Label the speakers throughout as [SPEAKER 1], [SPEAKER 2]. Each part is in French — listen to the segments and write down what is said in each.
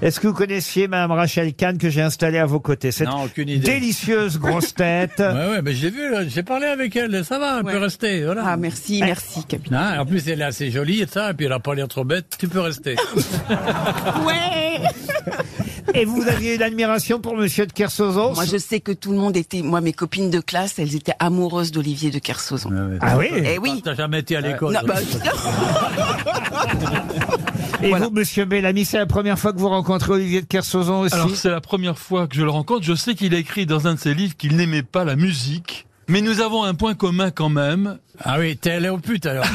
[SPEAKER 1] Est-ce que vous connaissiez Madame Rachel Kahn que j'ai installée à vos côtés Cette
[SPEAKER 2] Non, aucune idée.
[SPEAKER 1] délicieuse grosse tête.
[SPEAKER 2] Ouais, ouais, mais j'ai vu, là, j'ai parlé avec elle, ça va, elle
[SPEAKER 3] Ouais.
[SPEAKER 2] peut rester, voilà.
[SPEAKER 3] Ah, merci, merci, capitaine.
[SPEAKER 2] Hein, en plus, elle est assez jolie et ça, et puis elle a pas l'air trop bête, tu peux rester.
[SPEAKER 3] Ah Ouais
[SPEAKER 1] Et vous aviez une admiration pour Monsieur de Kersauzon
[SPEAKER 3] Moi, je sais que tout le monde était. Moi, mes copines de classe, elles étaient amoureuses d'Olivier de Kersauzon.
[SPEAKER 1] Ah oui
[SPEAKER 3] Eh oui
[SPEAKER 2] T'as jamais été à l'école.
[SPEAKER 3] Non,
[SPEAKER 2] toi.
[SPEAKER 3] bah, non.
[SPEAKER 1] Et
[SPEAKER 3] voilà.
[SPEAKER 1] vous, Monsieur Bellamy, c'est la première fois que vous rencontrez Olivier de Kersauzon aussi
[SPEAKER 4] Alors c'est la première fois que je le rencontre. Je sais qu'il a écrit dans un de ses livres qu'il n'aimait pas la musique. Mais nous avons un point commun quand même.
[SPEAKER 2] Ah oui, t'es allé aux putes alors.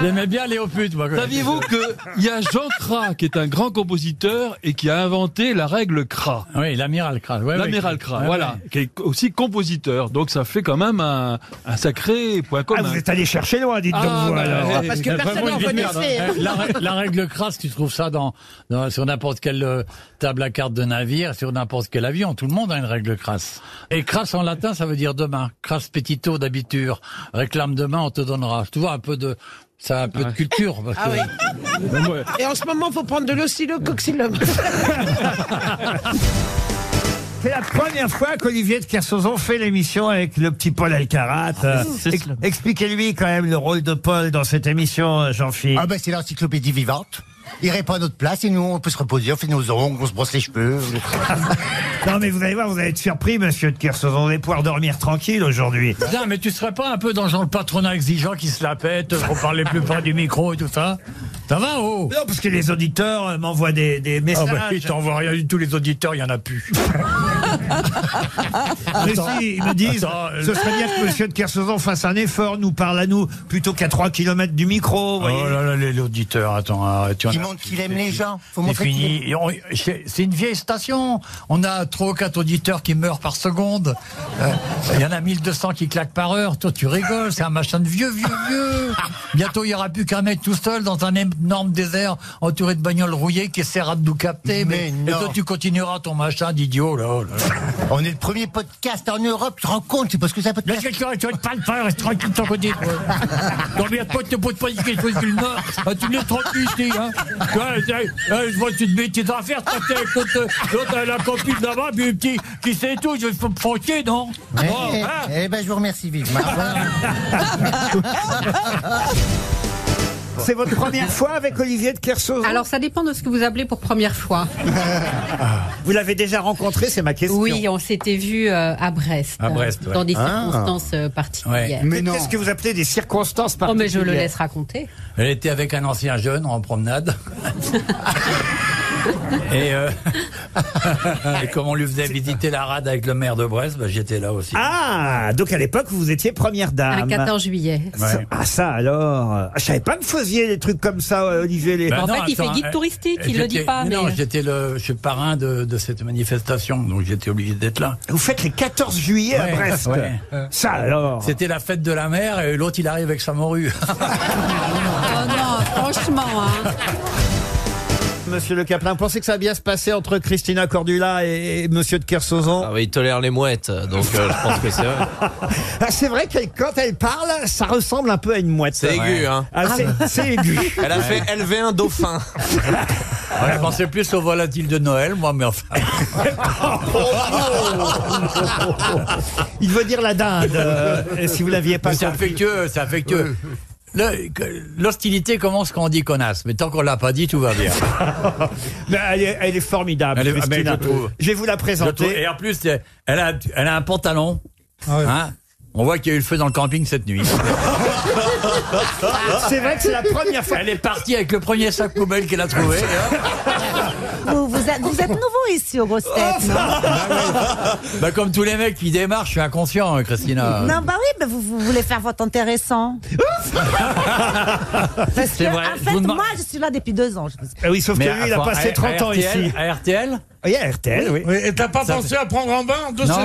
[SPEAKER 2] J'aimais bien aller aux putes, moi. quand
[SPEAKER 4] Saviez-vous qu'il y a Jean Cras, qui est un grand compositeur et qui a inventé la règle
[SPEAKER 1] Ah
[SPEAKER 4] Cras
[SPEAKER 2] j'étais- Oui, l'amiral Kras. ouais,
[SPEAKER 4] L'amiral
[SPEAKER 2] ouais.
[SPEAKER 4] Cras,
[SPEAKER 2] Ouais,
[SPEAKER 4] voilà,
[SPEAKER 2] ouais.
[SPEAKER 4] qui est aussi compositeur. Donc ça fait quand même un, un sacré point
[SPEAKER 1] Ah,
[SPEAKER 4] commun.
[SPEAKER 1] vous êtes allé chercher loin, dites
[SPEAKER 4] Ah,
[SPEAKER 1] donc vous,
[SPEAKER 4] bah,
[SPEAKER 1] alors.
[SPEAKER 4] eh,
[SPEAKER 5] parce que
[SPEAKER 2] Vraiment
[SPEAKER 5] personne n'en
[SPEAKER 2] une vie de
[SPEAKER 5] connaissait.
[SPEAKER 2] merde. Eh, La, rè- la règle crasse, tu trouves ça dans, dans- sur n'importe quelle euh, table à cartes de navire, sur n'importe quel avion. Tout le monde a une règle crasse. Et crasse en latin, ça veut dire demain. Crasse petito d'habitude. Réclame demain, on te donnera. Tu vois, un peu de, ça a un peu de culture. parce
[SPEAKER 5] Ah
[SPEAKER 2] que-
[SPEAKER 5] Et en ce moment, faut prendre de l'oscillococcylum.
[SPEAKER 1] C'est la première fois qu'Olivier de Kersauzon fait l'émission avec le petit Paul Alcarat. Euh,
[SPEAKER 4] Ah, c'est
[SPEAKER 1] ex-
[SPEAKER 4] cela.
[SPEAKER 1] Expliquez-lui quand même le rôle de Paul dans cette émission, euh, Jean-Philippe.
[SPEAKER 6] Ah ben c'est l'encyclopédie vivante. Il répond à notre place et nous on peut se reposer, on fait nos ongles, on se brosse les cheveux.
[SPEAKER 1] Non, mais vous allez voir, vous allez être surpris, monsieur de Kersauzon. Vous allez pouvoir dormir tranquille aujourd'hui.
[SPEAKER 2] Putain, mais tu serais pas un peu dans genre le patronat exigeant qui se la pète, qu'on parle les plus près du micro et tout ça Ça va, oh
[SPEAKER 1] Non, parce que les auditeurs euh, m'envoient des, des
[SPEAKER 2] Ah
[SPEAKER 1] messages.
[SPEAKER 2] bah, ils t'envoient rien du tout, les auditeurs, il y en a plus.
[SPEAKER 1] Mais si, ils me disent,
[SPEAKER 2] Attends, euh,
[SPEAKER 1] ce serait bien que monsieur de Kersauzon fasse un effort, nous parle à nous, plutôt qu'à 3 km du micro. vous voyez.
[SPEAKER 2] Oh là là, les auditeurs, attends, arrête, tu en
[SPEAKER 6] Il
[SPEAKER 2] as-
[SPEAKER 6] montre qu'il aime les gens. Faut
[SPEAKER 2] C'est
[SPEAKER 6] montrer qu'il aime-
[SPEAKER 2] fini. Et on- C'est c'est une vieille station. On a trois ou quatre auditeurs qui meurent par seconde. Euh, Il y en a 1200 qui claquent par heure. Toi, tu rigoles. C'est un machin de vieux, vieux, vieux. Bientôt, il n'y aura plus qu'un mec tout seul dans un énorme désert entouré de bagnoles rouillées qui essaiera de nous capter.
[SPEAKER 6] Mais
[SPEAKER 2] et
[SPEAKER 6] non.
[SPEAKER 2] toi, tu continueras ton machin d'idiot. Là, oh là, là.
[SPEAKER 6] On est le premier podcast en Europe, tu te rends compte, c'est parce que ça peut
[SPEAKER 2] Laisse quelqu'un, tu vas te parler, parle, reste tranquille de ton côté. toi. Combien de potes te posent pas des questions sur le Nord Ah, Tu me laisses tranquille, je dis, hein. Tu vois, tu- euh, Je vois que tu te mets tes affaires, toi, t'es avec l'autre, euh, l'autre, euh, la copine là-bas, puis le petit, qui sait tout, je suis franquer, non
[SPEAKER 6] Eh,
[SPEAKER 2] Bon,
[SPEAKER 6] eh,
[SPEAKER 2] hein
[SPEAKER 6] eh ben je vous remercie vivement.
[SPEAKER 1] C'est votre première fois avec Olivier de Kersauzon
[SPEAKER 7] Alors ça dépend de ce que vous appelez pour première fois.
[SPEAKER 1] Vous l'avez déjà rencontré, c'est ma question.
[SPEAKER 7] Oui, on s'était vu euh, à Brest. euh,
[SPEAKER 2] À Brest, ouais. Ah.
[SPEAKER 7] Dans des circonstances euh, particulières.
[SPEAKER 1] Mais Qu'est-ce que vous appelez des circonstances
[SPEAKER 7] Oh
[SPEAKER 1] particulières
[SPEAKER 7] mais je le laisse raconter.
[SPEAKER 2] Elle était avec un ancien jeune en promenade. Et, euh, et comme on lui faisait visiter la rade avec le maire de Brest, bah, j'étais là aussi.
[SPEAKER 1] Ah, donc à l'époque, vous étiez première dame.
[SPEAKER 7] Un 14 juillet.
[SPEAKER 1] Ça-
[SPEAKER 2] Ah, Ouais.
[SPEAKER 1] Ah ça alors euh, Je savais pas que vous faisiez des trucs comme ça, euh, Olivier. Les...
[SPEAKER 2] Ben
[SPEAKER 7] En fait, il fait guide
[SPEAKER 2] euh,
[SPEAKER 7] touristique, il le
[SPEAKER 2] j'étais-
[SPEAKER 7] dit pas, mais- euh.
[SPEAKER 2] Non, j'étais le, je suis parrain de, de cette manifestation, donc j'étais obligé d'être là.
[SPEAKER 1] Vous faites les 14 juillet à
[SPEAKER 2] Ouais,
[SPEAKER 1] Brest.
[SPEAKER 2] ouais.
[SPEAKER 1] Ça alors
[SPEAKER 2] C'était la fête de la mer et l'autre il arrive avec sa morue.
[SPEAKER 7] Oh non, franchement. Hein.
[SPEAKER 1] Monsieur Le Caplin, pensez que ça va bien se passer entre Christina Cordula et, et Monsieur de Kersauzon
[SPEAKER 8] Ah oui, il tolère les mouettes, donc euh, je pense que c'est vrai.
[SPEAKER 1] Ah, C'est vrai que quand elle parle, ça ressemble un peu à une mouette.
[SPEAKER 8] C'est aigu, hein.
[SPEAKER 1] Ah, c'est- c'est aigu.
[SPEAKER 8] Elle a fait élever un dauphin.
[SPEAKER 2] Ouais, je pensais plus au volatile de Noël, moi, mais enfin.
[SPEAKER 1] Il veut dire la dinde, euh, si vous l'aviez pas
[SPEAKER 2] Mais c'est
[SPEAKER 1] compris.
[SPEAKER 2] affectueux, c'est affectueux. Le- que- L'hostilité commence quand on dit connasse, mais tant qu'on l'a pas dit, tout va bien.
[SPEAKER 1] Mais elle, est, elle est formidable,
[SPEAKER 2] Elle est- ah, mais
[SPEAKER 1] Christina.
[SPEAKER 2] je trouve.
[SPEAKER 1] je vais vous la
[SPEAKER 2] Je trouve-
[SPEAKER 1] présenter.
[SPEAKER 2] Et en plus, elle a, elle a un pantalon. hein. on voit qu'il y a eu le feu dans le camping cette nuit.
[SPEAKER 1] C'est vrai que c'est la première fois.
[SPEAKER 2] Elle est partie avec le premier sac poubelle qu'elle a trouvé.
[SPEAKER 9] Vous, vous êtes- vous êtes nouveau ici aux grosses têtes, non
[SPEAKER 2] Bah, comme tous les mecs qui démarrent, je suis inconscient, hein, Christina.
[SPEAKER 9] Non, bah oui, mais vous, vous voulez faire votre intéressant. Parce que,
[SPEAKER 2] C'est vrai,
[SPEAKER 9] en
[SPEAKER 2] je
[SPEAKER 9] fait,
[SPEAKER 2] vous demande-
[SPEAKER 9] moi, je suis là depuis deux ans. je vous-
[SPEAKER 1] Ah Oui, sauf que lui, il a
[SPEAKER 2] attends,
[SPEAKER 1] passé
[SPEAKER 2] à-
[SPEAKER 1] 30
[SPEAKER 2] à
[SPEAKER 1] ans
[SPEAKER 2] RTL,
[SPEAKER 1] ici.
[SPEAKER 2] À RTL
[SPEAKER 1] Il y a RTL, oui.
[SPEAKER 5] Et t'as pas pensé à prendre un bain deux
[SPEAKER 2] Non.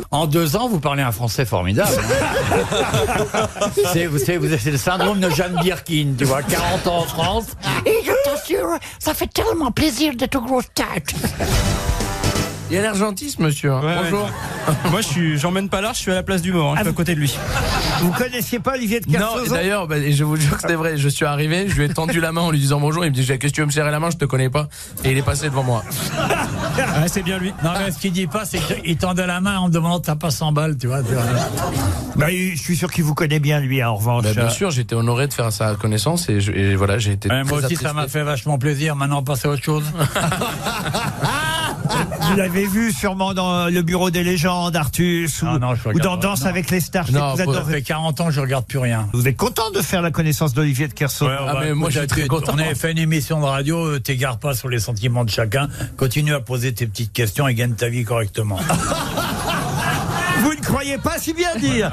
[SPEAKER 2] en deux ans, vous parlez un français formidable. hein. c'est, vous- c'est- vous- c'est le syndrome de Jeanne Birkin, tu vois, 40 ans en France. Et je t'assure, ça fait tellement plaisir d'être grosse tête.
[SPEAKER 8] Il a l'air gentil, ce monsieur.
[SPEAKER 5] Bonjour.
[SPEAKER 1] hein,
[SPEAKER 10] Moi, je suis, j'emmène pas large, je suis à la place du mort. hein, je suis à côté de lui.
[SPEAKER 1] Ah, Vous connaissiez pas Olivier de
[SPEAKER 8] Non, et
[SPEAKER 1] Kersauzon
[SPEAKER 8] d'ailleurs, bah, je vous jure que c'était vrai. Je suis arrivé, je lui ai tendu la main en lui disant bonjour. Il me dit Qu'est-ce que tu veux me serrer la main Je te connais pas. Et il est passé devant moi.
[SPEAKER 2] Ouais, c'est bien lui. Non, mais ce qu'il dit pas, c'est qu'il tendait la main en me demandant t'as pas 100 balles, tu vois. tu vois.
[SPEAKER 1] Bah, Je suis sûr qu'il vous connaît bien, lui, hein, en revanche.
[SPEAKER 8] Bah, bien sûr, j'étais honoré de faire sa connaissance et, je- et voilà, j'ai été.
[SPEAKER 1] Euh,
[SPEAKER 2] Ouais, moi
[SPEAKER 8] très
[SPEAKER 2] aussi, ça m'a
[SPEAKER 8] attristé.
[SPEAKER 2] fait vachement plaisir. Maintenant, passer à autre chose.
[SPEAKER 1] Vous l'avez vu sûrement dans le bureau des légendes, Artus, ou,
[SPEAKER 2] Ah non, je
[SPEAKER 1] ou
[SPEAKER 2] regarde
[SPEAKER 1] dans
[SPEAKER 2] pas,
[SPEAKER 1] Danse
[SPEAKER 2] non.
[SPEAKER 1] avec les stars. Je sais
[SPEAKER 8] Non,
[SPEAKER 1] que vous,
[SPEAKER 8] faut-
[SPEAKER 2] Ça
[SPEAKER 1] adorez.
[SPEAKER 2] fait 40 ans que je regarde plus rien.
[SPEAKER 1] vous êtes content de faire la connaissance d'Olivier de Kersauzon
[SPEAKER 2] Ouais, on
[SPEAKER 8] Ah,
[SPEAKER 2] va
[SPEAKER 8] mais moi,
[SPEAKER 2] écouter,
[SPEAKER 8] j'étais très content.
[SPEAKER 2] On avait fait une émission de radio, euh, t'égare pas sur les sentiments de chacun. Continue à poser tes petites questions et gagne ta vie correctement.
[SPEAKER 1] Vous ne croyez pas si bien dire